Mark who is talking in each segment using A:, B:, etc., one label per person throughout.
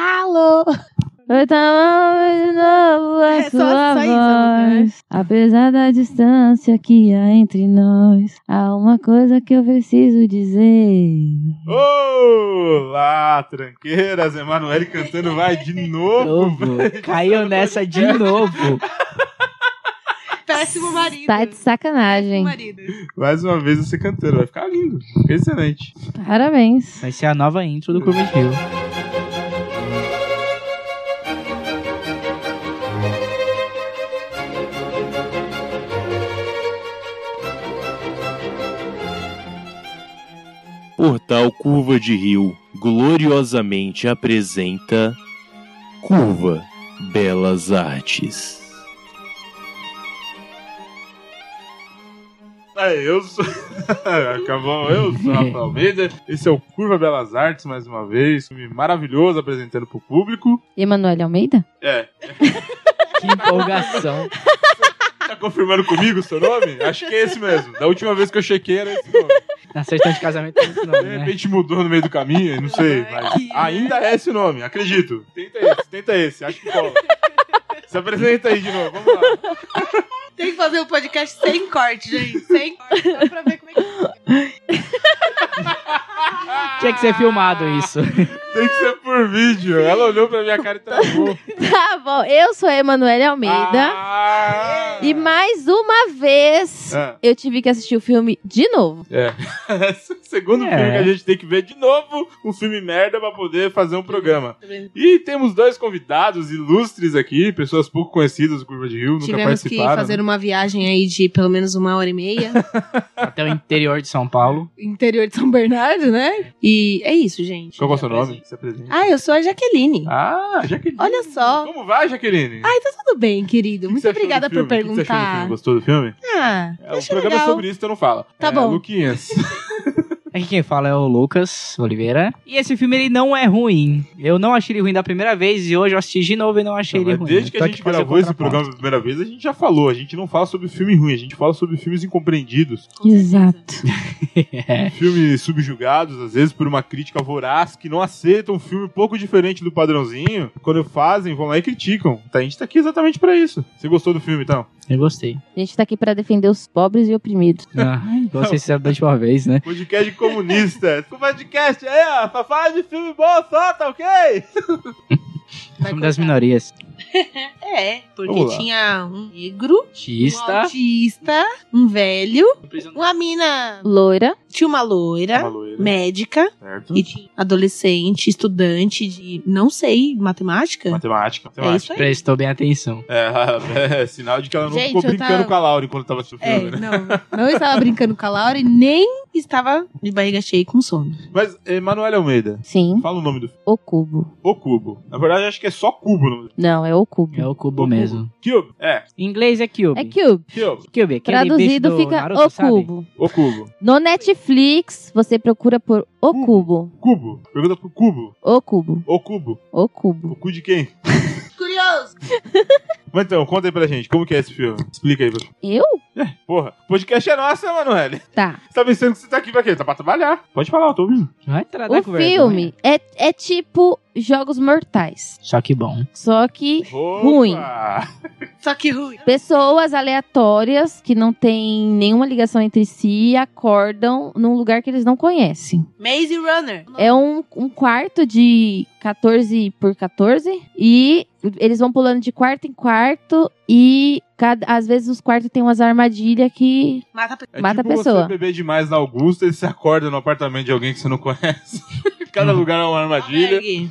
A: calor. Eu tava de novo a
B: É, só-
A: sua
B: só isso a música, né?
A: voz. Apesar da distância que há entre nós, há uma coisa que eu preciso dizer.
C: Olá, tranqueiras! Emanuele cantando vai de novo.
D: Novo. Caiu nessa de novo.
B: Péssimo marido.
A: Tá de
B: Péssimo
A: sacanagem.
B: marido.
C: Mais uma vez você cantando, vai ficar lindo. Excelente.
A: Parabéns.
D: Vai ser a nova intro do Clube de Rio.
E: Portal Curva de Rio gloriosamente apresenta Curva Belas Artes.
C: Ah, eu sou. Acabou, eu sou Rafa Almeida. Esse é o Curva Belas Artes, mais uma vez. Filme maravilhoso apresentando pro público.
A: Emanuel Almeida?
C: É,
D: Que empolgação.
C: tá confirmando comigo o seu nome? Acho que é esse mesmo. Da última vez que eu chequei era esse nome.
D: Na certidão de casamento tem esse nome,
C: De
D: né?
C: repente mudou no meio do caminho, eu não sei, mas
B: É. Aqui, né?
C: ainda é esse o nome, acredito. Tenta esse, tenta esse, acho que cola. Se apresenta aí de novo, vamos lá.
B: Tem que fazer um podcast sem corte, gente. Sem corte, só pra ver como é que
D: Tinha que ser filmado isso.
C: Tem que ser por vídeo. Ela olhou pra minha cara e travou.
A: Tá bom, eu sou a Emanuele Almeida.
C: Ah!
A: E mais uma vez,
C: Ah,
A: eu tive que assistir o filme de novo.
C: É. Segundo
D: É.
C: filme que a gente tem que ver de novo, um filme merda pra poder fazer um programa.
B: fica.
C: E temos dois convidados ilustres aqui, pessoas pouco conhecidas do Curva de Rio, nunca
B: Tivemos que
C: participaram. né?
B: fazer um uma viagem aí de pelo menos uma hora e meia.
D: Até o interior de São Paulo.
B: interior de São Bernardo, né? E é isso, gente.
C: Qual que é o seu nome? Se apresenta.
B: Ah, eu sou a Jaqueline.
C: Ah, Jaqueline.
B: Olha só.
C: Como vai, Jaqueline?
B: Ai, tá tudo bem,
C: O que
B: querido.
C: que
B: Muito
C: você achou
B: obrigada
C: do
B: por
C: filme? O que que você achou do
B: perguntar.
C: filme? Gostou do filme?
B: Ah,
C: É, o
B: achei
C: programa é
B: legal.
C: sobre isso, então não fala.
B: Tá
C: É,
B: bom.
C: Luquinhas.
D: Aqui quem fala é o Lucas Oliveira. E esse filme, ele não é ruim. Eu não achei ele ruim da primeira vez e hoje eu assisti de novo e não achei ele
C: Mas
D: ruim.
C: desde que
D: Tô
C: a
D: aqui
C: gente
D: pra fazer
C: gravou esse
D: contraponto.
C: programa pela primeira vez, a gente já falou. A gente não fala sobre filme ruim, a gente fala sobre filmes incompreendidos.
A: Exato.
D: É.
C: Filmes subjugados, às vezes, por uma crítica voraz que não aceita um filme pouco diferente do padrãozinho. Quando fazem, vão lá e criticam. Tá, a gente tá aqui exatamente pra isso. Você gostou do filme, então?
D: Eu gostei.
A: A gente tá aqui pra defender os pobres e oprimidos.
D: Ah, igual vocês fizeram da última vez, né?
C: Podcast comunista. Com podcast aí, ó. Só fala de filme bom só, tá ok?
B: É. vai
D: filme das
B: cortar.
D: minorias.
B: É, porque
C: Vamos lá.
B: tinha um negro, um
D: Chista.
B: autista, um velho, uma mina,
A: Loira.
B: tinha uma loira,
C: Uma loira,
B: médica,
C: certo?
B: e tinha adolescente, estudante de, não sei, matemática?
C: Matemática,
B: É
C: matemática.
B: isso aí.
D: Prestou bem atenção.
C: É, é sinal de que ela não
B: Gente,
C: ficou
B: eu
C: brincando
B: tava-
C: com a Laura enquanto tava assistindo o
B: É,
C: filme, né?
B: não, não estava brincando com a Laura e nem estava de barriga cheia e com sono.
C: Mas, Emanuel Almeida,
A: Sim.
C: fala o nome do filme.
A: O cubo.
C: O Cubo. Na verdade, acho que é só Cubo o nome do
A: Não, é o cubo.
D: É o cubo
C: O
D: mesmo.
C: Cube. É,
D: Em inglês é cube.
A: É cube.
C: Cube.
D: Cube, aquele bicho
A: Traduzido
D: do
A: fica
D: Naruto,
A: o
D: sabe?
A: cubo.
C: O Cubo.
A: No Netflix, você procura por o
D: Hum.
A: cubo.
C: Cubo. Pergunta pro Cubo.
A: O cubo.
C: O Cubo.
A: O cubo.
C: O cu de quem?
B: Curioso!
C: Mas então, conta aí pra gente, como que é esse filme? Explica aí. pra-
A: Eu?
C: Porra, o podcast é nosso, né, Emanuel?
A: Tá.
C: Você tá pensando que você tá aqui pra quê? Tá pra trabalhar. Pode falar, eu tô ouvindo.
D: Vai tratar
A: O
D: com
A: filme é, é tipo Jogos Mortais.
D: Só que bom.
A: Só que Ruim.
C: Opa!
B: Só que ruim.
A: pessoas aleatórias que não têm nenhuma ligação entre si acordam num lugar que eles não conhecem.
B: Maze Runner.
A: É um, um quarto de 14 por 14 e eles vão pulando de quarto em quarto e cada- às vezes os quartos têm umas armadilhas que
B: Mata a pessoa.
C: É
A: Mata a
C: tipo
A: pessoa.
C: você beber demais na Augusta e você acorda no apartamento de alguém que você não conhece. Cada lugar é uma armadilha.
B: Albergue.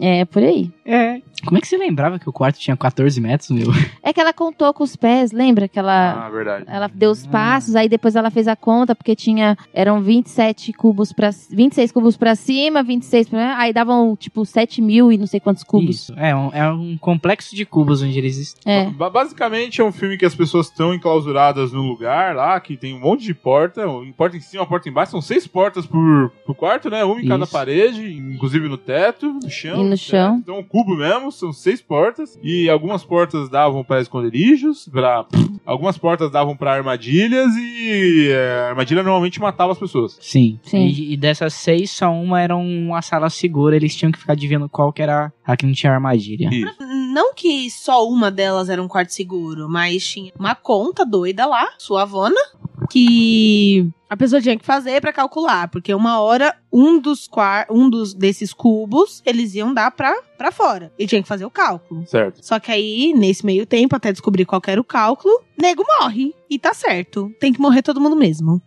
A: é por aí.
D: É. Como é que você lembrava que o quarto tinha 14 metros, meu?
A: É que ela contou com os pés, lembra que ela
C: Ah, verdade.
A: ela deu os
D: Ah.
A: passos, aí depois ela fez a conta porque tinha eram 27 cubos para 26 cubos pra cima, 26 pra, aí davam tipo 7 mil e não sei quantos cubos.
D: Isso. É um, é um complexo de cubos onde eles estão.
A: É.
C: Ba- Basicamente é um filme que as pessoas estão enclausuradas no lugar lá, que tem um monte de porta, um- porta em cima, porta embaixo, são seis portas por, por quarto, né? Uma em cada
D: Isso.
C: parede, inclusive no teto, no chão.
A: E no
C: teto.
A: chão.
C: Então um cubo mesmo. mesmo, são seis portas. E algumas portas davam pra esconderijos, pra. Algumas portas davam pra armadilhas e. é, a armadilha normalmente matava as pessoas.
D: Sim.
A: Sim.
D: E, e dessas seis, só uma era uma sala segura. Eles tinham que ficar adivinhando qual que era a que não tinha armadilha.
C: E
B: Não que só uma delas era um quarto seguro, mas tinha uma conta doida lá, sua avona, que a pessoa tinha que fazer pra calcular, porque uma hora um dos quar um dos desses cubos eles iam dar pra, pra fora e tinha que fazer o cálculo.
C: Certo.
B: Só que aí, nesse meio tempo, até descobrir qual que era o cálculo, nego morre. E tá certo. Tem que morrer todo mundo mesmo.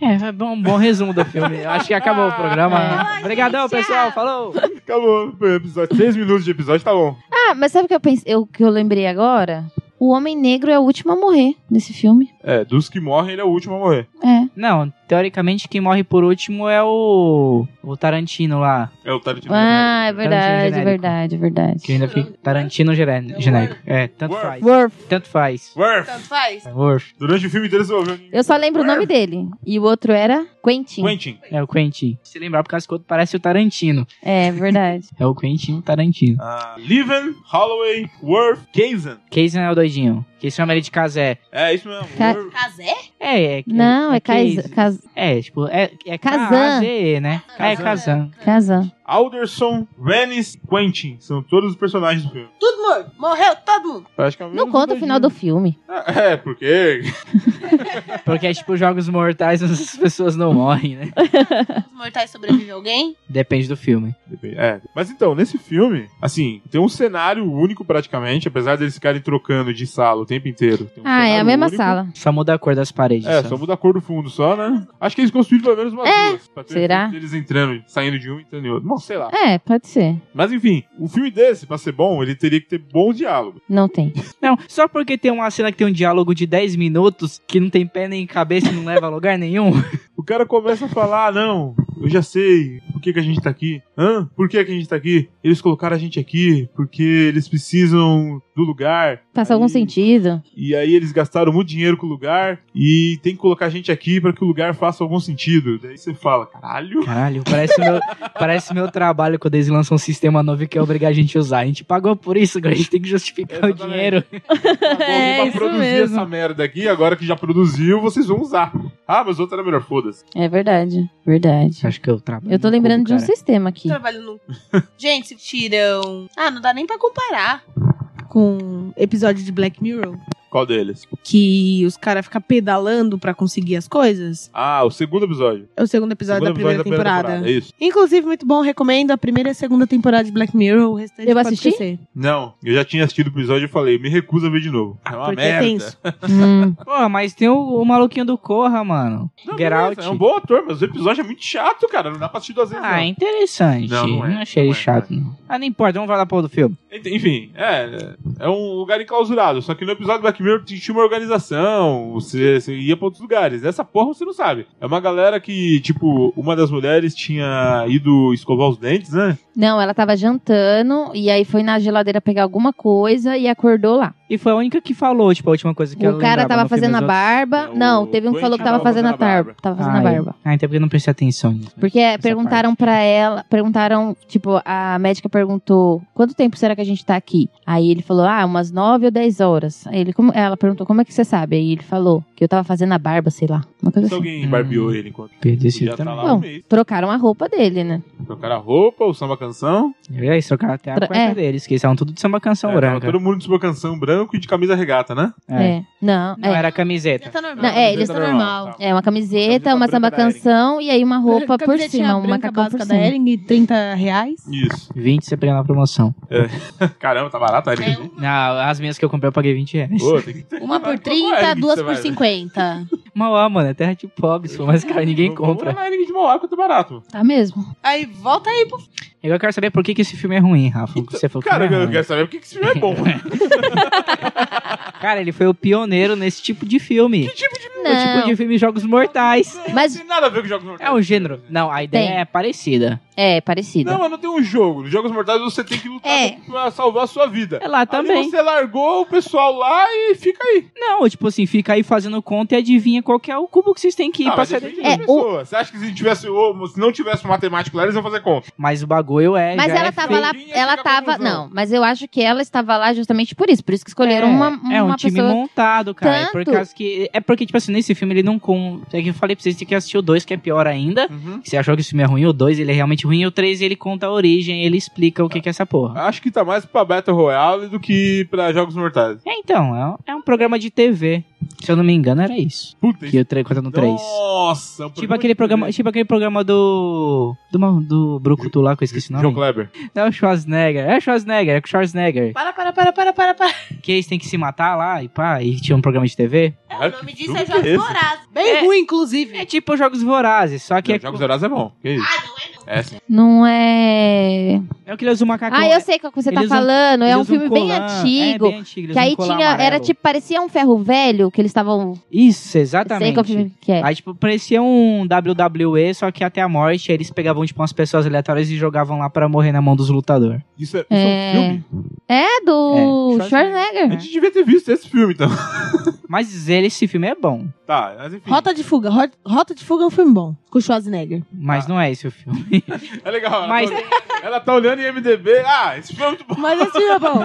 D: É, é bom- um bom resumo do filme. Eu Acho que acabou o programa.
A: É.
D: Obrigadão, pessoal. Falou!
C: Acabou. foi Episódio, seis minutos de episódio, tá bom.
A: Ah, mas sabe o que eu pensei, o que eu lembrei agora? O homem negro é o último a morrer nesse filme.
C: É, dos que morrem, ele é o último a morrer.
A: É.
D: Não, teoricamente quem morre por último é o. O Tarantino lá.
C: É o Tarantino.
A: Ah, é
C: genérico.
A: verdade,
D: genérico.
A: verdade, verdade.
D: Que ainda fica. Tarantino geré- genérico. É, tanto
C: Worth.
D: faz.
A: Worf.
D: Tanto faz.
C: Worth.
B: faz.
D: Worth.
C: Durante o filme inteiro você um ouviu.
A: Eu só lembro o nome dele. E o outro era Quentin.
C: Quentin.
D: É o Quentin. Se lembrar, por causa que o outro parece o Tarantino.
A: É, verdade.
D: É o Quentin Tarantino.
C: Ah, Leven, Holloway, Worth, Kazan.
D: Kaysen é o doidinho. Kaysen chama ele de Kazé.
C: É isso mesmo.
A: Ca-
C: Worth.
B: Casé?
D: É, é.
A: Não, é Kaz-
D: Kaysen.
A: Kaz-
D: É, tipo, é, é
A: Kazan.
D: K-A-Z-E, né? É, Kazan.
A: Kazan.
C: Alderson, Venice, Quentin. São todos os personagens do filme.
B: Tudo morto. Morreu todo mundo.
C: Praticamente.
A: Não conta o final do filme.
C: Ah, É, porque.
D: Porque é tipo jogos mortais, as pessoas não morrem, né?
B: Os mortais sobrevivem alguém?
D: Depende do filme.
C: Depende- É. Mas então, nesse filme, assim, tem um cenário único praticamente, apesar deles ficarem trocando de sala o tempo inteiro. Tem um
A: Ah, é a
C: cenário
A: mesma
C: único.
A: sala.
D: Só muda a cor das paredes.
C: É,
D: só.
C: só muda a cor do fundo só, né? Acho que eles construíram pelo menos umas
A: É.
C: duas. Pra ter
A: Será?
C: efeito deles entrando, saindo de um e entrando em outro. Bom, sei lá.
A: É, pode ser.
C: Mas enfim, um filme desse, pra ser bom, ele teria que ter bom diálogo.
A: Não tem.
D: Não, só porque tem uma cena que tem um diálogo de 10 minutos que não tem pé nem cabeça e não leva a lugar nenhum.
C: O cara começa a falar, ah, não, eu já sei por que, que a gente tá aqui. Hã? Por que, que a gente tá aqui? Eles colocaram a gente aqui porque eles precisam do lugar.
A: Faz
C: Aí-
A: algum sentido.
C: E aí eles gastaram muito dinheiro com o lugar e tem que colocar a gente aqui pra que o lugar faça algum sentido. Daí você fala, caralho.
D: Caralho, parece o meu, parece o meu trabalho quando eles lançam um sistema novo que é obrigar a gente a usar. A gente pagou por isso, agora a gente tem que justificar É, o
C: Exatamente.
D: dinheiro.
C: Agora
A: É,
C: pra
A: isso
C: produzir
A: mesmo.
C: essa merda aqui, agora que já produziu, vocês vão usar. Ah, mas outra era melhor, foda-se.
A: É verdade. Verdade.
D: Acho que eu trabalho.
A: Eu tô
D: no
A: lembrando
D: cubo,
A: de um
D: cara.
A: sistema aqui.
B: Trabalho no. Gente, se tiram. Ah, não dá nem pra comparar com episódio de Black Mirror.
C: Qual deles?
B: Que os caras ficam pedalando pra conseguir as coisas.
C: Ah, o segundo episódio.
B: É o segundo episódio, da,
C: Segundo
B: primeira temporada.
C: É isso.
B: Inclusive, muito bom, recomendo a primeira e a segunda temporada de Black Mirror. O restante
A: Eu
B: pode
A: assisti?
B: esquecer.
C: Não, eu já tinha assistido o episódio e falei, me recuso a ver de novo. É uma
B: Porque é
C: merda.
B: tenso.
A: Hum.
D: Porra, mas tem o, o maluquinho do Corra, mano.
C: Não,
D: Get
C: beleza,
D: Out.
C: É um bom ator, mas o episódio é muito chato, cara. Não dá pra assistir duas vezes.
D: Ah,
C: não.
D: interessante.
C: Não,
D: Não,
C: não é,
D: achei
C: não
D: ele
C: é,
D: chato, não. Ah, não importa, vamos falar pro do filme.
C: Enfim, é. É um lugar enclausurado. Só que no episódio do Black Mirror tinha uma organização. Você, você ia pra outros lugares. Essa porra você não sabe. É uma galera que, tipo, uma das mulheres tinha ido escovar os dentes, né?
A: Não, ela tava jantando e aí foi na geladeira pegar alguma coisa e acordou lá.
D: E foi a única que falou, tipo, a última coisa que
A: o cara tava fazendo a barba.
C: É, o
A: não, teve um que
C: Quentin
A: falou que tava fazendo a barba. Tava fazendo a barba.
D: Ah, então é porque eu não prestei atenção nisso.
A: Porque perguntaram pra ela, perguntaram, tipo, a médica perguntou, quanto tempo será que a gente tá aqui? Aí ele falou, ah, umas 9 ou 10 horas. Aí ele, como, ela perguntou, como é que você sabe? Aí ele falou, que eu tava fazendo a barba, sei lá. Uma coisa
C: Se
A: assim.
C: alguém barbeou ele enquanto
D: Perdi esse
C: já tá
D: também.
C: lá um
A: Bom.
C: mês.
A: Trocaram a roupa dele, né?
C: Trocaram a roupa, o samba canção.
D: E aí, trocaram até a
A: Tra-
D: cueca
A: é.
D: deles, que eles estavam tudo de samba canção
C: É, tava
D: branca.
C: todo mundo de samba canção branco e de camisa regata, né?
D: É.
A: É. Não,
D: Não,
A: é.
D: era camiseta.
B: Já tá normal.
A: Não, é, eles
C: Camiseta
B: estão
C: normal, tá.
A: É uma camiseta,
C: Camiseta
A: uma samba
C: branca da Hering.
A: canção e aí uma roupa por cima, um macacão por
B: básica da
A: cima.
B: Ering, 30 reais.
C: Isso.
D: 20 você pega na promoção.
C: Caramba, tá barato, Eric.
B: É, uma-
D: Não, as minhas que eu comprei eu paguei 20 reais.
C: Pô, tem que ter-
B: uma por
C: Qual é,
B: 30,
C: Eric,
B: duas
C: você
B: por
C: vai?
B: 50.
D: Mauá, mano, é terra de pobre, se for mais caro ninguém
C: Vamos
D: compra.
C: lá na Eric de Mauá, quanto é barato.
A: Tá mesmo.
B: Aí volta aí pro
D: Agora eu quero saber por que, que esse filme é ruim, Rafa.
C: Então,
D: você falou que
C: Cara,
D: filme é
C: eu
D: ruim.
C: quero saber por que que esse filme é bom.
D: Cara, ele foi o pioneiro nesse tipo de filme.
C: Que tipo de
D: O tipo
A: Não.
D: de filme Jogos Mortais.
A: Mas-
C: Não tem nada a ver com Jogos Mortais.
D: É um gênero. Não, a ideia
A: Tem.
D: é parecida.
A: É, parecido.
C: Não, mas não tem um jogo. Nos Jogos Mortais você tem que lutar
A: É.
C: pra salvar a sua vida.
D: É lá também.
C: Ali Ah, você largou o pessoal lá e fica aí.
D: Não, tipo assim, fica aí fazendo conta e adivinha qual que é o cubo que vocês têm que ir
C: Ah,
D: pra
C: mas
D: sair
C: depende
D: daqui.
C: da
A: É,
C: pessoa. Você acha que se, tivesse, ou, se não tivesse um matemático lá, eles iam fazer conta?
D: Mas o bagulho é.
A: Mas
D: já
A: ela
D: é
A: tava
D: feito.
A: lá,
C: feirinha,
A: ela
C: chega
A: tava,
C: conclusão.
A: não, mas eu acho que ela estava lá justamente por isso, por isso que escolheram
D: É,
A: uma,
D: é um
A: uma
D: time
A: pessoa...
D: montado, cara. É Por
A: Tanto-
D: causa que. É porque, tipo assim, nesse filme ele não com. É que eu falei pra vocês tem que assistir o 2, que é pior ainda.
C: Uhum.
D: Você achou que esse filme é ruim, o 2 ele é realmente ruim, e o 3 ele conta a origem, ele explica o que, que é essa porra.
C: Acho que tá mais pra Battle Royale do que pra Jogos Mortais.
D: É, então, é um, é um programa de TV. Se eu não me engano, era isso.
C: Puta, então,
D: Que eu tre- conta no 3.
C: Nossa, um
D: Tipo aquele programa, tipo aquele programa do. Do, ma- do Brucutu lá, que eu esqueci o
C: John
D: nome.
C: Kleber.
D: Não, é o Schwarzenegger. É o Schwarzenegger, é o Schwarzenegger.
B: Para, para, para, para, para, para.
D: Que eles têm que se matar lá e pá, e tinha um programa de TV.
C: Cara,
F: o nome
C: que
F: disso
C: jogo
F: é
C: que é
F: Jogos
C: esse?
F: Vorazes.
B: Bem
D: É.
B: ruim, inclusive.
D: É tipo Jogos Vorazes, só que é,
C: Jogos Horários é bom. Que isso?
F: Ah, não é não.
C: É sim.
A: Não é...
D: é o que ele usa o macacão.
A: Ah, eu sei qual que você tá
D: Eles usam-
A: falando, é
D: Eles
A: um
D: usam
A: filme bem
D: colan,
A: antigo.
D: É bem antigo. eles
A: Que aí
D: usam colan
A: tinha, era
D: amarelo.
A: tipo, parecia um ferro velho que eles estavam.
D: Isso,
A: Sei qual
D: exatamente.
A: filme que é.
D: Aí, tipo, parecia um WWE, só que até a morte, aí eles pegavam, tipo, umas pessoas aleatórias e jogavam lá pra morrer na mão dos lutadores.
C: Isso é, isso
A: É.
C: é um filme?
A: É do
D: É,
A: Schwarzenegger.
C: A gente devia ter visto esse filme, então.
D: Mas ele, esse filme é bom,
C: Tá, mas enfim.
B: Rota de Fuga. Ro- Rota de Fuga é um filme bom. Com Schwarzenegger.
D: mas
C: Ah.
D: não é esse o filme.
C: É legal. Ela,
D: Mas-
C: tá olhando, ela tá olhando em MDB. Ah, esse filme é muito bom.
B: Mas esse filme é bom.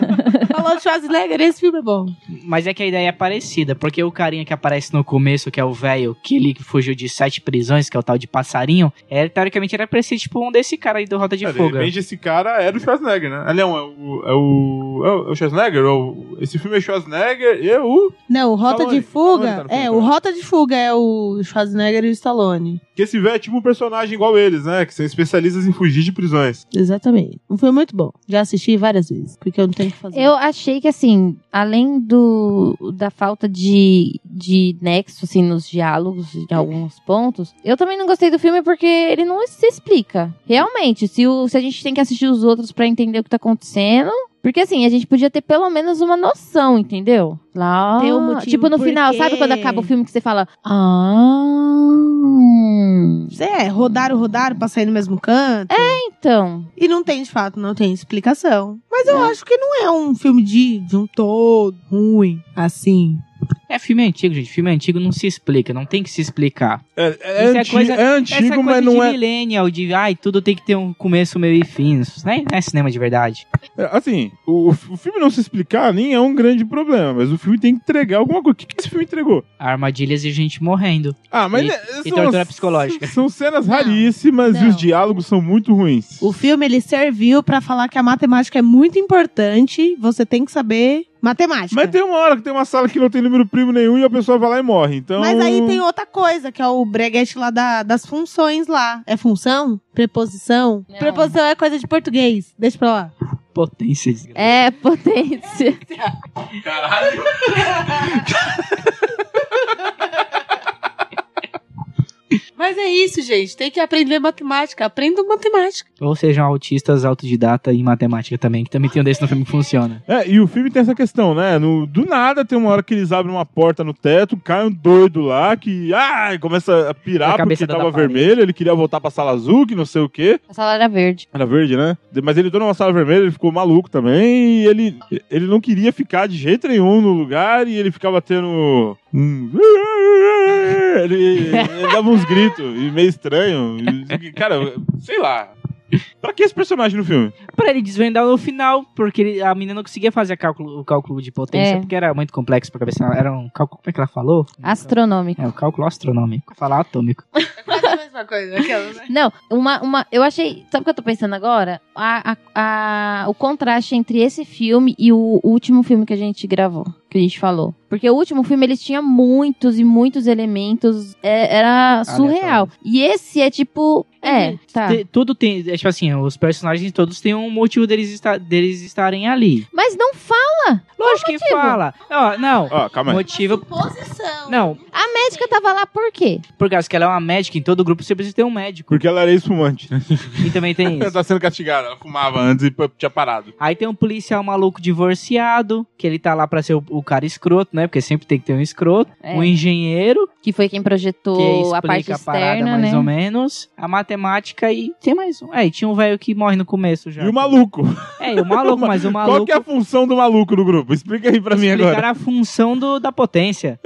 B: Falou de Schwarzenegger, esse filme é bom.
D: Mas é que a ideia é parecida, porque o carinha que aparece no começo, que é o velho, que ele fugiu de sete prisões, que é o tal de passarinho, é, teoricamente era parecido, tipo, um desse cara aí do Rota de
C: É,
D: Fuga.
C: repente esse cara era o Schwarzenegger, né? Ah, não, é o. É o, é o- é o Schwarzenegger? Ou, esse filme é Schwarzenegger e o.
B: Não, o Rota
C: Stallone.
B: de Fuga.
C: Stallone tá no
B: É,
C: filme,
B: o
C: tá?
B: Rota de Fuga é o Schwarzenegger e o Stallone.
C: Que esse velho é tipo um personagem igual eles, né? Que são especialistas em fugir de prisões.
B: Exatamente. Um filme muito bom. Já assisti várias vezes, porque eu não tenho o que fazer.
A: Eu achei que, assim, além do da falta de, de nexo, assim, nos diálogos de alguns pontos, eu também não gostei do filme porque ele não se explica. Realmente, se, o- se a gente tem que assistir os outros pra entender o que tá acontecendo. Porque, assim, a gente podia ter pelo menos uma noção, entendeu? Lá,
B: Ter um motivo
A: tipo, no
B: por
A: final,
B: quê.
A: sabe quando acaba o filme que você fala... Ah...
B: Cê É, rodaram, rodaram pra sair no mesmo canto.
A: Então...
B: E não tem, de fato, não tem explicação. Mas
E: Né?
B: eu acho que não é um filme de, de um todo ruim, assim.
D: É filme antigo, gente. Filme antigo não se explica, não tem que se explicar.
C: É, é,
D: Isso é
C: anti-
D: coisa-
C: é antigo,
D: Essa coisa
C: mas
D: de
C: não é.
D: millennial, de ai, tudo tem que ter um começo, meio e fim. Isso nem não é cinema de verdade.
C: É, Assim, o, o filme não se explicar nem é um grande problema, mas o filme tem que entregar alguma coisa. O que, que esse filme entregou?
D: Armadilhas e gente morrendo.
C: Ah, mas.
D: E-
C: é- são
D: e
C: as-
D: tortura então psicológica.
C: São cenas raríssimas e
B: não.
C: os diálogos são muito ruins.
B: O filme, ele serviu pra falar que a matemática é muito importante. Você tem que saber matemática.
E: então-
C: Mas tem uma hora que tem uma sala que não tem número primo nenhum e a pessoa vai lá e morre. Então.
B: Mas aí tem outra coisa, que é o breguete lá da- das funções lá. É função? Preposição?
A: Não.
B: Preposição é coisa de português. Deixa pra lá.
D: Potência desgraçada.
A: É potência.
C: Caralho!
B: Mas é isso, gente. Tem que aprender matemática. Aprenda matemática.
D: Ou sejam autistas autodidata em matemática também, que também tem um desse no filme que funciona.
C: É, e o filme tem essa questão, né? No- do nada tem uma hora que eles abrem uma porta no teto, cai um doido lá que. Ah, começa a
D: É A
C: pirar
D: cabeça
C: porque
D: da
C: tava
D: parede.
C: vermelho, ele queria voltar pra sala azul, que não sei o quê.
A: A sala era verde.
C: Era verde, né? De- Mas ele entrou numa sala vermelha, ele ficou maluco também, e ele, ele não queria ficar de jeito nenhum no lugar, e ele ficava tendo. um- Ele, ele dava uns gritos e meio estranho. E, Cara, sei lá. Pra que esse personagem no filme?
D: Pra ele desvendar no final, porque ele- a menina não conseguia fazer cálculo- o cálculo de potência,
A: É.
D: porque era muito complexo pra cabeça. Era um cálculo, como é que ela falou?
A: Astronômica.
D: É, o cálculo astronômico. Falar atômico.
B: Mas é a mesma coisa.
A: Não, uma, uma. Eu achei. Sabe o que eu tô pensando agora? A, a, a- o contraste entre esse filme e o último filme que a gente gravou, que a gente falou. Porque o último filme ele tinha muitos e muitos elementos. é- era surreal. E esse é tipo. É, tá.
D: Te- tudo tem. É, tipo assim, os personagens todos têm um motivo deles, esta- deles estarem ali.
A: Mas não fala.
D: Lógico que fala. Ó, não.
E: Ó, calma aí.
D: Motivo.
F: Posição.
D: Não,
A: A médica tava lá por quê?
D: por causa que ela é uma médica, em todo grupo você precisa ter um médico.
C: Porque ela era espumante, né?
D: E também tem
C: Ela
D: isso.
C: tá sendo castigada. Ela fumava antes e pô, tinha parado.
D: Aí tem um policial maluco divorciado, que ele tá lá pra ser o, o cara escroto, né? Porque sempre tem que ter um escroto.
A: É.
D: Um engenheiro,
A: Que foi quem projetou
D: que explica
A: a parte
D: parada
A: externa,
D: mais
A: né?
D: ou menos. A matemática e tem mais um. É, e tinha um velho que morre no começo já.
C: E o maluco?
D: É, e o maluco, mas o
C: Qual
D: maluco...
C: que é a função do maluco no grupo? Explica aí pra mim
D: explicar
C: agora.
D: a função do, da potência.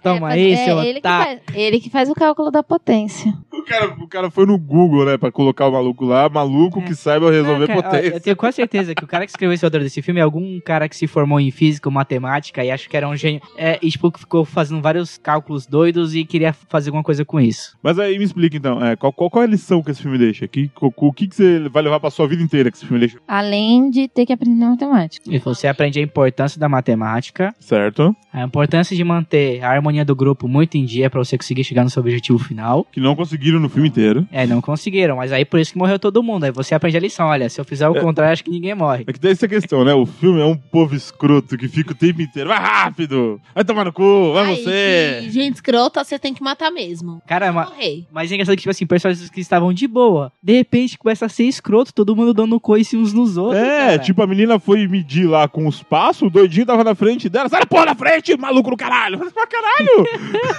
D: Toma
A: É, mas
D: aí, seu
A: ele que,
D: otário.
A: faz, ele que faz o cálculo da potência.
C: O cara, o cara foi no Google, né, pra colocar o maluco lá. Maluco
D: É.
C: que saiba resolver
D: Não, cara, ó,
C: potência.
D: Eu tenho quase certeza que o cara que escreveu esse roteiro desse filme é algum cara que se formou em física ou matemática e acho que era um gênio. É, e tipo, que ficou fazendo vários cálculos doidos e queria fazer alguma coisa com isso.
C: Mas aí me explica então, é, qual, qual, qual é a lição que esse filme deixa? Que, o o que, que você vai levar pra sua vida inteira que esse filme deixa?
A: Além de ter que aprender matemática.
D: Ele falou: você aprende a importância da matemática,
C: Certo.
D: a importância de manter a harmonia do grupo muito em dia pra você conseguir chegar no seu objetivo final.
C: Que não conseguiram no filme inteiro.
D: É, não conseguiram, mas aí por isso que morreu todo mundo. Aí você aprende a lição: olha, se eu fizer o contrário, acho que ninguém morre.
C: É que tem essa questão, né? O filme é um povo escroto que fica o tempo inteiro. Vai rápido! Vai tomar no cu! Vai
F: Aí,
C: você!
F: que gente escrota, você tem que matar mesmo.
D: Cara, ma-
F: Morrer.
D: Mas é engraçado que, tipo assim, personagens que estavam de boa, de repente começa a ser escroto, todo mundo dando coice uns nos outros.
C: É,
D: cara.
C: tipo, a menina foi medir lá com os passos, o doidinho tava na frente dela. Sai da porra da frente, maluco do caralho! Mas pra caralho!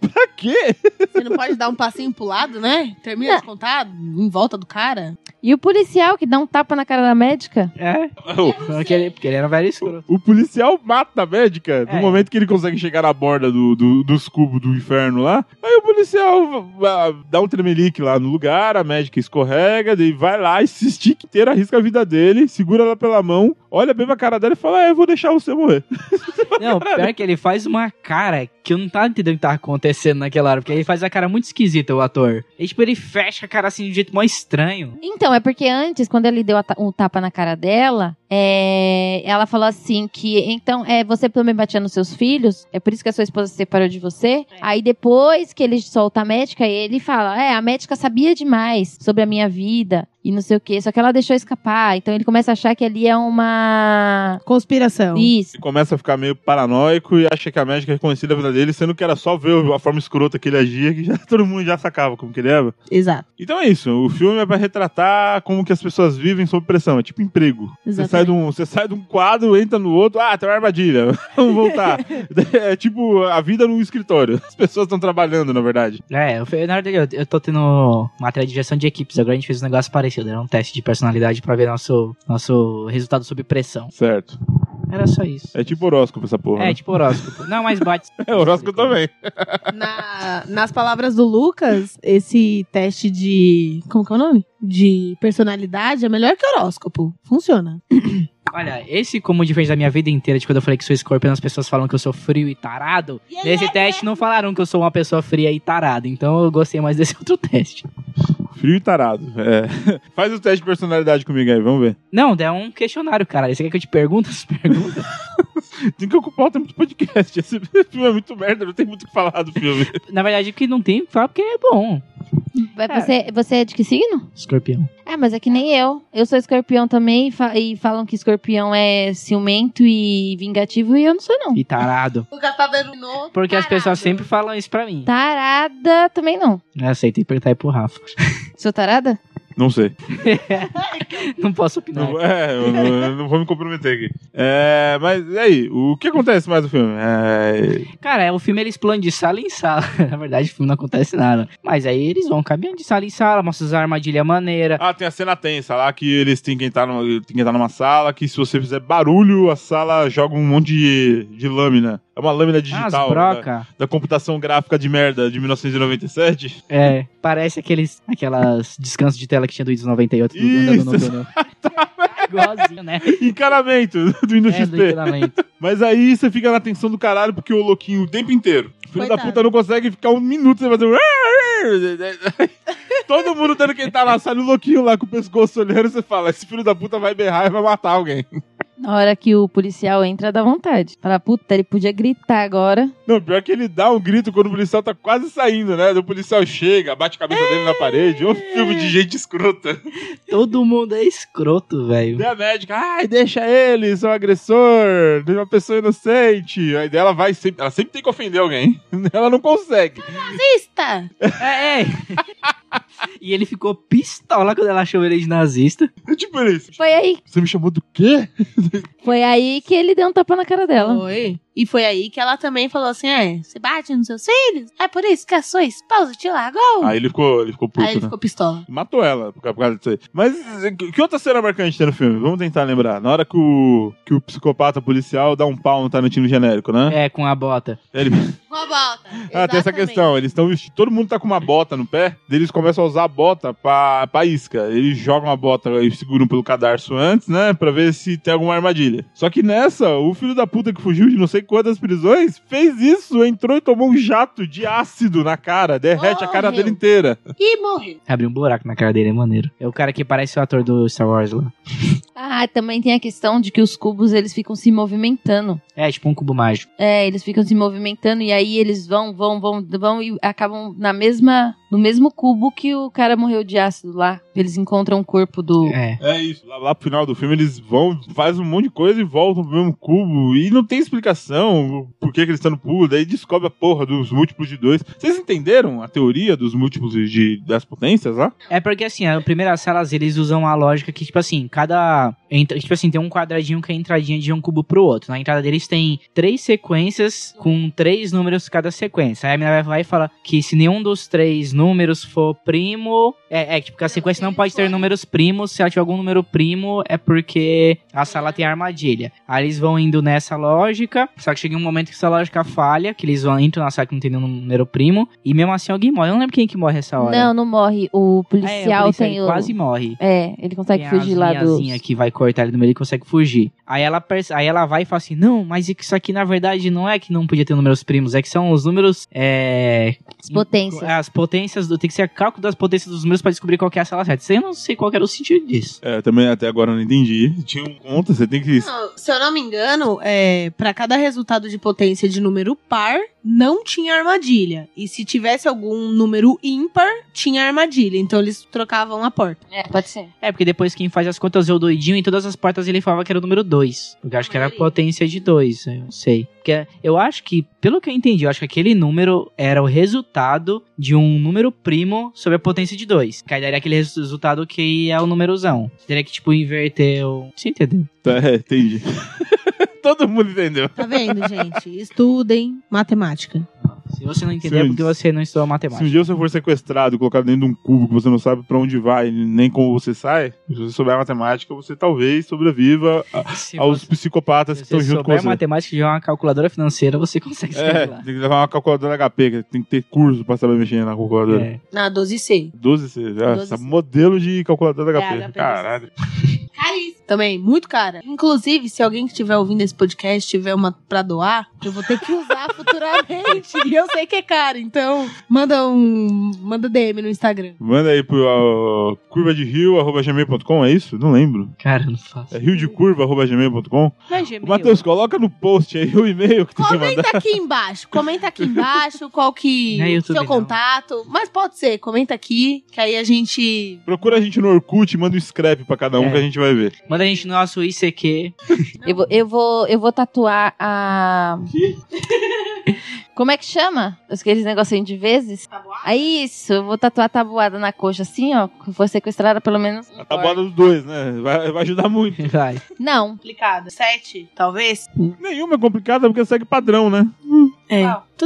C: pra quê?
F: Você não pode dar um passinho pro lado, né? Termina de contar em volta do cara.
A: E o policial que dá um tapa na cara da médica?
D: É, porque ele, porque ele era um velho escroto.
C: O policial mata a médica no
D: É.
C: momento que ele consegue chegar na borda do, do- dos cubos do inferno lá. Aí o policial ah, dá um tremelique lá no lugar, a médica escorrega, daí vai lá e se estica inteira, arrisca a vida dele, segura ela pela mão, olha bem pra cara dela e fala: É, eu vou deixar você morrer.
D: Não, pior que ele faz uma cara que eu não tava entendendo o que tava acontecendo naquela hora, porque ele faz uma cara muito esquisita, o ator. E, tipo, ele fecha a cara assim de um jeito mó estranho.
A: Então, é porque antes, quando ele deu a ta- um tapa na cara dela, é, ela falou assim que, então, é, você também batia nos seus filhos, é por isso que a sua esposa se separou de você. Aí depois que ele solta a médica, ele fala, é, a médica sabia demais sobre a minha vida e não sei o quê, só que ela deixou escapar. Então ele começa a achar que ali é uma...
B: Conspiração.
A: Isso.
C: Ele começa a ficar meio paranoico e acha que a médica reconhecia a vida dele, sendo que era só ver a forma escrota que ele agia, que já, todo mundo já sacava como que ele era.
B: Exato.
C: Então é isso, o filme é pra retratar como que as pessoas vivem sob pressão, é tipo emprego. Você
B: Exatamente.
C: sai, de um, você sai de um quadro, entra no outro, ah, tem uma armadilha, vamos voltar. é tipo a vida num escritório, as pessoas estão trabalhando, na verdade.
D: É, eu, fe- na verdade, eu, eu tô tendo matéria de gestão de equipes, agora a gente fez um negócio parecido, era um teste de personalidade pra ver nosso, nosso resultado sob pressão.
C: Certo.
D: Era só isso.
C: É tipo horóscopo essa porra.
D: É,
C: né?
D: tipo horóscopo. Não, mas bate.
C: É, horóscopo também.
B: Na- nas palavras do Lucas, esse teste de. Como que é o nome? De personalidade é melhor que horóscopo. Funciona.
D: Olha, esse como diferente da minha vida inteira, de quando eu falei que sou escorpião, as pessoas falam que eu sou frio e tarado. Nesse teste não falaram que eu sou uma pessoa fria e tarada, então eu gostei mais desse outro teste.
C: Frio e tarado. É. Faz o teste de personalidade comigo aí, vamos ver.
D: Não, é um questionário, cara. Você quer que eu te pergunte as perguntas?
C: Tem que ocupar o tempo do podcast. Esse filme é muito merda, não tem muito o que falar do filme.
D: Na verdade, o que não tem, fala porque é bom.
A: Vai-
D: É.
A: Você, você é de que signo?
D: Escorpião.
A: Ah, mas é que nem eu. Eu sou escorpião também e, fa- e falam que escorpião é ciumento e vingativo e eu não sou não.
D: E tarado.
F: O cara tá
B: um
F: dando no
D: Porque as
F: tarado.
D: pessoas sempre falam isso pra
A: Tá.
D: mim.
A: Tarada também não.
D: Eu sei, tem que perguntar aí pro Rafa.
A: Sou tarada?
C: Não sei.
D: Não posso opinar.
C: Não, é, eu não, eu não vou me comprometer aqui. É, mas e aí, o que acontece mais no filme? É,
D: Cara, é, o filme ele explode de sala em sala. Na verdade, o filme não acontece nada. Mas aí eles vão caminhando de sala em sala, mostram as armadilhas maneiras.
C: Ah, tem a cena tensa lá que eles têm que entrar numa, têm que entrar numa sala que se você fizer barulho, a sala joga um monte de, de lâmina. É uma lâmina
D: As
C: digital né? da,
D: broca.
C: da computação gráfica de merda de 1997.
D: É, parece aqueles, aquelas descansos de tela que tinha do Windows 98 do
C: Isso,
D: Andando Noturno. Igualzinho, né?
C: Encanamento do Windows
D: É, do
C: XP.
D: encanamento.
C: Mas aí você fica na tensão do caralho porque o louquinho o tempo inteiro. O Filho da
F: Coitado.
C: puta não consegue ficar um minuto sem fazer. um- Todo mundo tendo que entrar na sala e o louquinho lá com o pescoço olhando, você fala: esse filho da puta vai berrar e vai matar alguém.
A: Na hora que o policial entra, dá vontade. Fala, puta, ele podia gritar agora.
C: Não, pior que ele dá um grito quando o policial tá quase saindo, né? O policial chega, bate a cabeça dele na parede. Outro filme de gente escrota.
D: Todo mundo é escroto, velho.
C: E a médica, ai, deixa ele, seu agressor, deixa uma pessoa inocente. Aí daí ela vai sempre, ela sempre tem que ofender alguém. Ela não consegue.
B: Nazista!
D: É, é. E ele ficou pistola quando ela achou ele de nazista.
C: É tipo isso.
A: Foi aí,
C: Você me chamou do quê?
A: foi aí que ele deu um tapa na cara dela.
B: Foi. E foi aí que ela também falou assim: é, você bate nos seus filhos? É por isso que a sua esposa te largou?
C: Aí ele ficou, ele ficou puto,
B: aí ele
C: né?
B: ficou pistola.
C: Matou ela por causa, por causa disso aí. Mas eh, que que outra cena marcante tem no filme? Vamos tentar lembrar. Na hora que o, que o psicopata policial dá um pau no Tarantino genérico, né?
D: É, com a bota.
C: Ele,
B: Uma volta.
C: ah, tem essa
B: Exatamente.
C: questão. Eles estão vestidos. Todo mundo tá com uma bota no pé. daí Eles começam a usar a bota pra, pra isca. Eles jogam a bota e seguram pelo cadarço antes, né? Pra ver se tem alguma armadilha. Só que nessa, o filho da puta que fugiu de não sei quantas prisões fez isso. Entrou e tomou um jato de ácido na cara. Derrete a cara
B: Morreu.
C: dele inteira.
B: E morreu.
D: Abriu um buraco na cara dele, é maneiro. É o cara que parece o ator do Star Wars lá.
A: Ah, também tem a questão de que os cubos, eles ficam se movimentando.
D: É, tipo um cubo mágico.
A: É, eles ficam se movimentando e aí eles vão, vão, vão, vão e acabam na mesma, no mesmo cubo que o cara morreu de ácido lá. Eles encontram o corpo do...
D: É.
C: É isso. Lá, lá pro final do filme eles vão, fazem um monte de coisa e voltam pro mesmo cubo. E não tem explicação por que, que eles estão no pulo. Daí descobre a porra dos múltiplos de dois. Vocês entenderam a teoria dos múltiplos de, de- das potências lá?
D: É porque assim, a primeiras salas eles usam a lógica que, tipo assim, cada. entra- tipo assim, tem um quadradinho que é a entradinha de um cubo pro outro. Na entrada deles tem três sequências com três números cada sequência. Aí a mina vai- vai e fala que se nenhum dos três números for primo. É, é tipo, que a sequência não pode ter números primos. Se ela tiver algum número primo, é porque a sala tem armadilha. Aí eles vão indo nessa lógica. Só que chega um momento que essa lógica falha, que eles vão entram na sala que não tem nenhum número primo. E mesmo assim alguém morre. Eu não lembro quem que morre essa hora.
A: Não, não morre. O policial,
D: É, o policial
A: tem
D: ele
A: o...
D: quase morre.
A: É, ele consegue
D: Tem
A: fugir
D: as
A: lá do...
D: linhazinha que vai cortar ele no meio, ele consegue fugir. Aí ela, perce- aí ela vai e fala assim, não, mas isso aqui na verdade não é que não podia ter números primos, é que são os números, é,
A: Potência.
D: as potências, do... tem que ser cálculo das potências dos números pra descobrir qual que é a sala certa. Isso aí Eu não sei qual que era o sentido disso.
C: É, também até agora eu não entendi. Tinha um conta, você tem que.
B: Não, se eu não me engano, é, para cada resultado de potência de número par, não tinha armadilha. E se tivesse algum número ímpar, tinha armadilha. Então eles trocavam a porta.
A: É, pode ser.
D: É, porque depois quem faz as contas é o doidinho, em todas as portas ele falava que era o número 2. Porque eu acho que era a potência de 2, eu não sei. Porque eu acho que, pelo que eu entendi, eu acho que aquele número era o resultado de um número primo sobre a potência de 2. Que aí daria aquele resu- resultado que é o númerozão. Teria que, tipo, inverter o... Você entendeu?
C: É, entendi. Todo mundo entendeu.
B: Tá vendo, gente? Estudem matemática.
D: Se você não entendeu, é
C: Sim.
D: porque você não estudou
C: Se um
D: matemática.
C: dia você for sequestrado, e colocado dentro de um cubo que você não sabe pra onde vai, nem como você sai, se você souber a matemática, você talvez sobreviva a-
D: Se
C: aos
D: você,
C: psicopatas que
D: se
C: estão
D: você
C: junto com
D: souber
C: você.
D: matemática e tiver uma calculadora financeira, você
C: É,
D: consegue sair lá.
C: tem que levar uma calculadora HP, que tem que ter curso pra saber mexer na calculadora.
D: É.
B: Na 12C.
C: 12 C, já,
B: 12
C: essa
B: C.
C: modelo de calculadora
B: É,
C: HP.
B: HP.
C: Caralho.
B: Caríssimo. Também, muito cara. Inclusive, se alguém que estiver ouvindo esse podcast tiver uma pra doar, eu vou ter que usar futuramente. E eu sei que é caro, então manda um. Manda DM no Instagram.
C: Manda aí pro ó, curva de rio, arroba gmail.com, é isso? Não lembro.
D: Cara, eu não faço.
C: É rio de curva, arroba gmail.com.
D: Mas,
C: O Matheus, coloca no post aí o e-mail que tu quer mandar.
B: Comenta aqui embaixo. Comenta aqui embaixo qual que
D: Não é
B: o
D: YouTube,
B: seu
D: não.
B: contato. Mas pode ser, comenta aqui, que aí a gente.
C: Procura a gente no Orkut e manda um scrap pra cada um
D: É.
C: que a gente vai ver.
D: Manda a gente no nosso ICQ.
A: Eu vou, eu vou, eu vou tatuar a. Como é que chama? Aqueles negocinho de vezes? Tabuada? Isso, eu vou tatuar a tabuada na coxa, assim, ó. que Foi sequestrada pelo menos. um
C: A tabuada dos dois, né? Vai, vai ajudar muito.
D: Vai.
A: corte. Não.
B: é Complicado. Sete, talvez?
C: Nenhuma é complicada porque segue padrão, né?
B: É.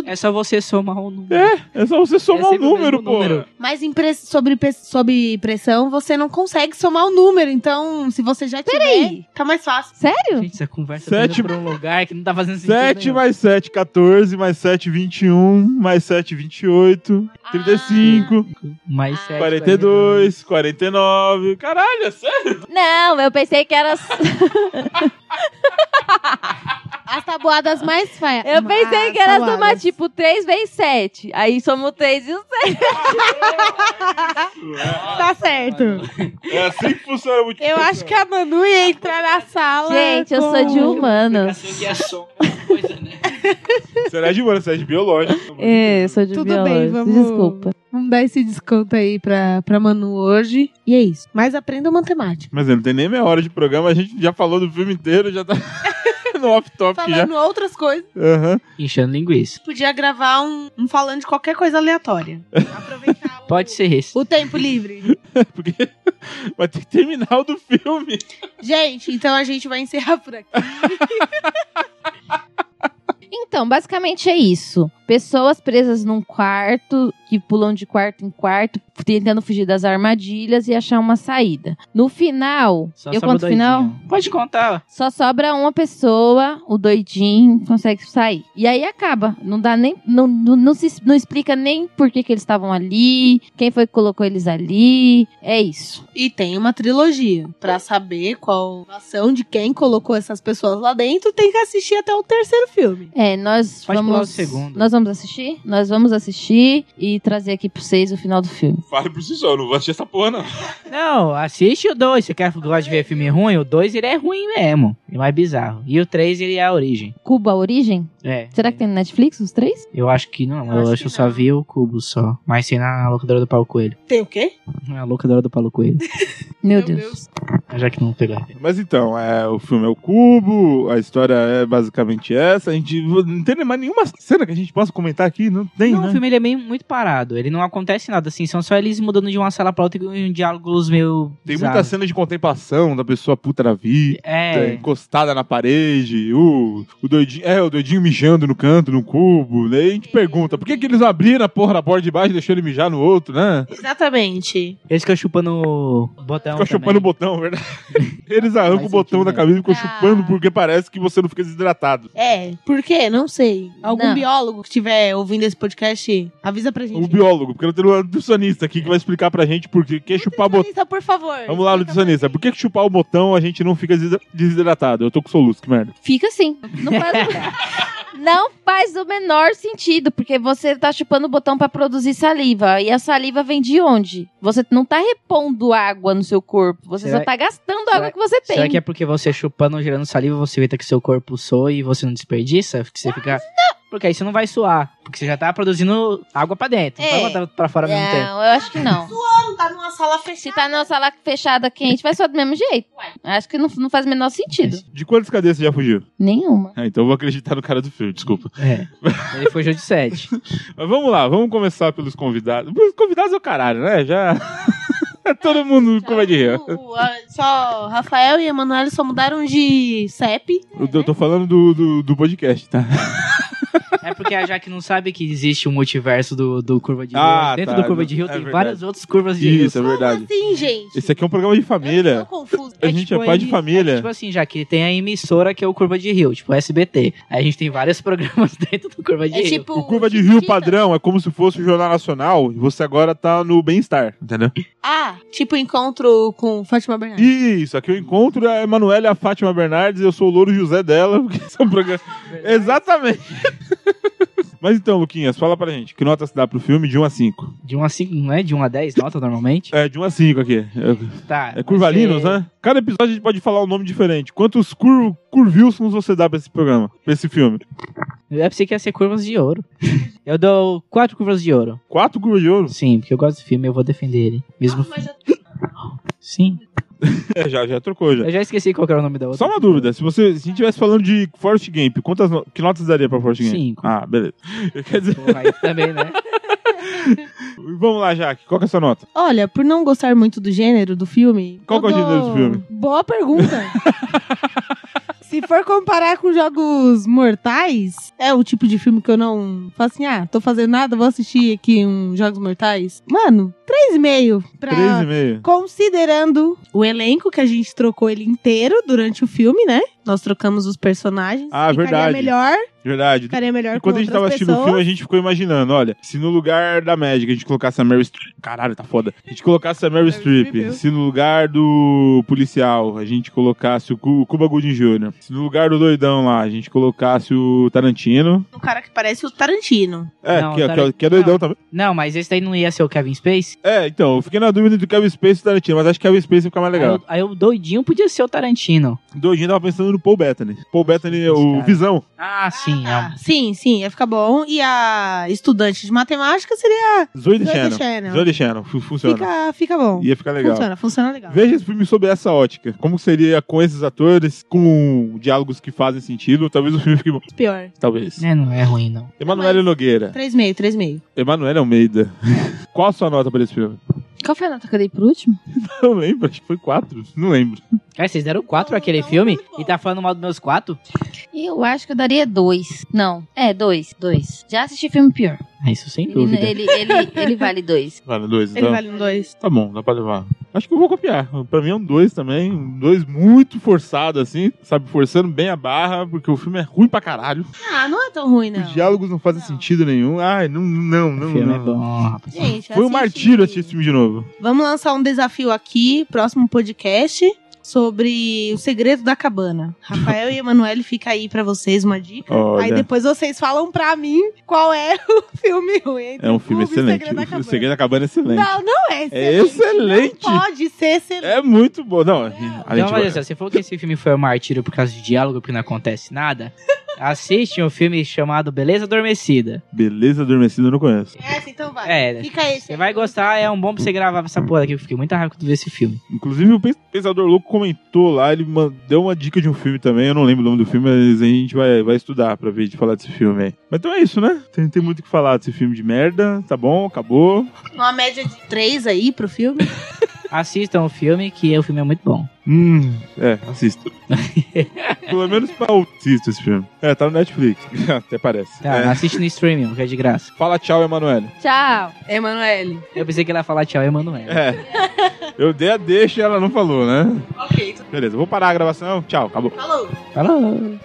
D: É só você somar o número.
C: É só você somar o
D: sempre o
C: número,
D: mesmo
C: pô.
D: número.
B: Mas em pre- sobre, pe- sob pressão, você não consegue somar o número. Então, se você já tiver.
A: Peraí.
B: Tá mais fácil.
A: Sério?
D: Gente, essa conversa
C: Sete-
D: tá indo pra um lugar que não tá fazendo sentido.
C: 7
B: né?
D: nenhum.
C: mais 7, 14, mais 7, 21, mais 7, 28,
B: Ah,
C: 35,
D: Mais sete.
C: 42, 49. Caralho, é sério?
A: Não, eu pensei que era.
B: Ah, As tabuadas mais feias.
G: Eu pensei que era
B: tabuadas.
G: somar tipo 3 vezes 7. Aí somos 3
A: um
G: e o 7.
B: Tá certo.
C: É assim que funciona a multiplicação.
B: Eu acho que a Manu ia entrar na sala.
G: Gente, eu sou de humanos.
D: que é só uma coisa, né?
C: Será de mano, será de biológico.
G: É, eu sou de
B: Tudo
G: biológica,
B: bem, vamos-
G: Desculpa.
B: Vamos dar esse desconto aí pra, pra Manu hoje. E é isso. Mas aprenda matemática.
C: Mas não tem nem meia hora de programa, a gente já falou do filme inteiro, já tá no off-topic já.
B: Falando outras coisas,
C: Aham.
D: Enchendo linguiça.
B: podia gravar um, um falando de qualquer coisa aleatória. Aproveitar o-
D: Pode ser esse.
B: o tempo livre.
C: Porque vai ter que terminar o do filme.
B: Gente, então a gente vai encerrar por aqui.
A: Então, basicamente é isso. Pessoas presas num quarto, que pulam de quarto em quarto, tentando fugir das armadilhas e achar uma saída. No final,
D: Só
A: eu
D: sobra
A: conto o
D: doidinho.
A: final?
D: Pode contar.
A: Só sobra uma pessoa, o doidinho consegue sair. E aí acaba. Não dá nem. Não, não, não se, não explica nem por que, que eles estavam ali, quem foi que colocou eles ali. É isso.
B: E tem uma trilogia. Pra saber qual a ação de quem colocou essas pessoas lá dentro, tem que assistir até o terceiro filme.
A: É, nós
D: Pode pular o
A: vamos.
D: segundo.
A: Nós vamos assistir? Nós vamos assistir e trazer aqui pra vocês o final do filme.
C: Fale por si só, eu não vou assistir essa porra, não.
D: Não, assiste o 2. Você quer gosta de ver filme ruim? O 2 ele é ruim mesmo. É mais bizarro. E o 3 ele é a origem.
A: Cuba, a origem?
D: É.
A: Será que tem no Netflix os três?
D: Eu acho que não. Eu
B: Acho
D: acho,
B: que
D: que eu só
B: não.
D: vi o cubo só. Mas sei na locadora do Paulo Coelho.
B: Tem o quê?
D: Na locadora do Paulo Coelho.
A: Meu, Deus.
D: Já que não pegar.
C: Mas então, é, o filme é o Cubo, a história é basicamente essa. A gente não tem mais nenhuma cena que a gente possa comentar aqui, não tem,
D: Não, o
C: né?
D: filme ele é meio muito parado. Ele não acontece nada assim. São só eles mudando de uma sala pra outra e um diálogos meio.
C: Tem
D: bizarros.
C: muita cena de contemplação da pessoa puta da vida.
D: É.
C: Encostada na parede, o, o doidinho. É, o doidinho mijando no canto, no cubo. Daí a gente pergunta: por que, que eles não abriram a porra da porta de baixo e deixaram ele mijar no outro, né?
B: Exatamente.
D: Eles ficam chupando o botão.
C: Ficou chupando o botão, verdade. Eles arrancam o
D: Faz
C: botão
D: sentido,
C: da
D: né?
C: camisa e ficam
B: Ah.
C: chupando porque parece que você não fica desidratado.
B: É, por quê? Não sei. Algum
A: Não.
B: biólogo que estiver ouvindo esse podcast, avisa pra gente.
C: Um biólogo, porque eu tenho um nutricionista aqui que vai explicar pra gente por que que chupar botão.
B: Nutricionista, por favor.
C: Vamos lá,
B: explica pra
C: nutricionista.
B: gente.
C: Por que que chupar o botão a gente não fica desidra- desidratado? Eu tô com soluço, que merda.
A: Fica assim. Não faz, não faz o menor sentido, porque você tá chupando o botão pra produzir saliva. E a saliva vem de onde? Você não tá repondo água no seu corpo. Você
D: Será-
A: só tá gastando
D: será-
A: água que você tem.
D: Será que é porque você chupando, gerando saliva, você evita que seu corpo soe e você não desperdiça? Que você fica. Porque aí você não vai suar. Porque você já tá produzindo água pra dentro.
A: É.
D: Não vai botar pra fora ao mesmo tempo.
A: Não, eu acho que não.
B: Não tá numa sala
A: Se
B: fechada.
A: tá na sala fechada quente, vai só do mesmo jeito. Acho que não, não faz o menor sentido.
C: De quantas cadeias você já fugiu?
A: Nenhuma.
C: Ah, então eu vou acreditar no cara do filme, desculpa.
D: É. Ele fugiu de sete.
C: Mas vamos lá, vamos começar pelos convidados. Os convidados é o caralho, né? Já. Todo mundo como é de rir.
B: O- a- Só Rafael e Emanuel só mudaram de CEP.
C: Eu tô- eu tô falando do, do, do podcast, tá?
D: É porque a Jaque não sabe que existe um multiverso do, do Curva de Rio.
C: Ah,
D: Dentro
C: tá.
D: do Curva de Rio
C: É
D: tem
C: verdade.
D: várias outras curvas de Rio.
C: Isso, é verdade.
B: Sim, assim, gente.
C: Esse aqui é um programa de família.
B: Eu tô confuso.
C: A gente
D: tipo,
C: é pai de
D: ele-
C: família.
D: Tipo assim, já que tem a emissora que é o Curva de Rio, tipo SBT. Aí a gente tem vários programas dentro do Curva de
B: É
D: Rio.
B: tipo.
C: O Curva de Rio
B: Chiquititas.
C: Padrão é como se fosse o Jornal Nacional e você agora tá no Bem-Estar, entendeu?
B: Ah, tipo encontro com Fátima
D: É.
B: Bernardes.
C: Isso, aqui eu encontro é a Emanuela e a Fátima Bernardes, eu sou o Louro José dela, porque são programas. Exatamente. Mas então, Luquinhas, fala pra gente, que nota se dá pro filme de 1 a 5?
D: De 1 a 5, não é? De 1 a 10 nota normalmente?
C: É, de 1 a 5 aqui. É,
D: Tá.
C: é Curvalinos, né? Cada episódio a gente pode falar um nome diferente. Quantos cur... Curvilsons você dá pra esse programa, pra esse filme?
D: Eu pensei que ia É, ser curvas de ouro. eu dou quatro curvas de ouro.
C: Quatro curvas de ouro?
D: Sim, porque eu gosto do filme, eu vou defender ele. Mesmo.
B: Ah, mas já-
D: Sim.
C: É, já, já trocou já.
D: Eu já esqueci qual que era o nome da outra.
C: Só uma dúvida, se você se a gente estivesse falando de Forest Game, quantas no- que notas daria pra Forest Game?
D: Cinco.
C: Ah, beleza. Quer dizer,
D: Porra, aí também, né?
C: vamos lá, Jaque, qual que é a sua nota?
B: Olha, por não gostar muito do gênero do filme.
C: Qual que é o
B: eu dou-
C: gênero do filme?
B: Boa pergunta. Se for comparar com jogos mortais, é o tipo de filme que eu não faço assim, ah, tô fazendo nada, vou assistir aqui um Jogos Mortais. Mano, 3,5 pra...
C: 3,5.
B: Considerando o elenco, que a gente trocou ele inteiro durante o filme, né? Nós trocamos os personagens.
C: Ah,
B: ficaria
C: verdade.
B: melhor.
C: Verdade.
B: Ficaria melhor
C: Enquanto
B: com
C: a gente tava
B: outras
C: assistindo o
B: pessoas.
C: filme, a gente ficou imaginando, olha, se no lugar da Magic a gente colocasse a Mary Streep. Caralho, tá foda. A gente colocasse a Mary
B: Meryl Streep,
C: Streep.
B: eu.
C: Se no lugar do policial a gente colocasse o Cu- Cuba Gooding Jr. Se no lugar do doidão lá a gente colocasse o Tarantino.
B: Um cara que parece o Tarantino.
C: É,
D: Não,
C: que,
D: o
C: que-
D: Taran-
C: que é doidão
D: não.
C: também.
D: Não, mas esse daí não ia ser o Kevin Space?
C: É, então, eu fiquei na dúvida do Kevin Space e o Tarantino, mas acho que Kevin Space fica mais Tá
B: É,
C: legal.
D: Aí, o- aí o doidinho podia ser o Tarantino.
C: Doidinho eu tava pensando no Paul Bettany. Paul Bettany,
D: Esse
C: o
D: cara.
C: Visão.
D: Ah, sim. é um-
B: Ah, sim, sim, ia ficar bom. E a estudante de matemática seria
C: Zoe de
B: Zoe
C: Channel.
B: Deschanel.
C: Zoe de Channel, fu- funciona.
B: Fica, fica bom.
C: Ia ficar legal.
B: Funciona, funciona legal.
C: Veja esse filme sob essa ótica. Como seria com esses atores, com diálogos que fazem sentido. Talvez o filme fique bom.
B: Pior.
C: Talvez.
D: É, não é ruim, não.
C: Emanuele Nogueira.
B: 3,5, 3,5.
C: Emanuele Almeida. Qual a sua nota pra esse filme?
A: Qual foi a nota que eu dei por último?
C: Não lembro, acho que foi quatro. Não lembro.
D: Cara, vocês deram quatro pra aquele
B: Não, não,
D: filme
B: não, é não.
D: e tá falando mal dos meus quatro?
A: Eu acho que eu daria dois. Não, é, dois, dois. Já assisti filme pior.
D: É isso, sem
A: Ele,
D: dúvida.
A: ele, ele, ele vale dois.
C: Vale, dois, então.
B: Ele vale um 2.
C: Tá bom, dá pra levar. Acho que eu vou copiar. Pra mim é um dois também. Um dois muito forçado, assim. Sabe, forçando bem a barra, porque o filme é ruim pra caralho.
B: Ah, não é tão ruim, não.
C: Os diálogos não fazem
B: Não.
C: sentido nenhum. Ai, não, não, não.
D: o filme é
C: não.
D: bom, rapaz.
B: Gente,
C: Foi um
B: assiste.
C: martírio assistir esse filme de novo.
B: Vamos lançar um desafio aqui, próximo podcast, sobre o segredo da cabana. Rafael e Emanuele fica aí pra vocês uma dica.
C: Olha.
B: Aí depois vocês falam pra mim qual é o filme ruim.
C: É um filme
B: Clube
C: excelente.
B: Segredo da
C: O
B: Cabana.
C: Segredo da Cabana é excelente.
B: Não, não é excelente.
C: É excelente.
B: Não pode ser excelente.
C: É muito bom. Não, a
D: Então, olha
C: gente...
D: só, você falou que esse filme foi um martírio por causa de diálogo, porque não acontece nada. Assiste um filme chamado Beleza Adormecida.
C: Beleza Adormecida eu não conheço.
B: Essa, então vai.
D: É,
B: Fica aí.
D: você vai gostar, é um bom pra você gravar essa porra aqui. Eu fiquei muito raiva quando vi esse filme.
C: Inclusive, o Pens- Pensador Louco comentou lá, ele man- deu uma dica de um filme também. Eu não lembro o nome do filme, mas a gente vai, vai estudar pra ver de falar desse filme aí. Mas então é isso, né? Tem, tem muito o que falar desse filme de merda. Tá bom, acabou.
B: Uma média de 3 aí pro filme.
D: Assistam o filme, que o filme é muito bom.
C: Hum, é, assisto. Pelo menos pra assisto esse filme. É, tá no Netflix. Até parece.
D: Tá,
C: É.
D: assiste no streaming, porque é de graça.
C: Fala tchau, Emanuele.
G: Tchau.
B: Emanuele.
D: Eu pensei que ela ia falar tchau, Emanuel.
C: É. Eu dei a deixa e ela não falou, né?
B: Ok,
C: Beleza, vou parar a gravação. Tchau, acabou.
B: falou.
D: Falou!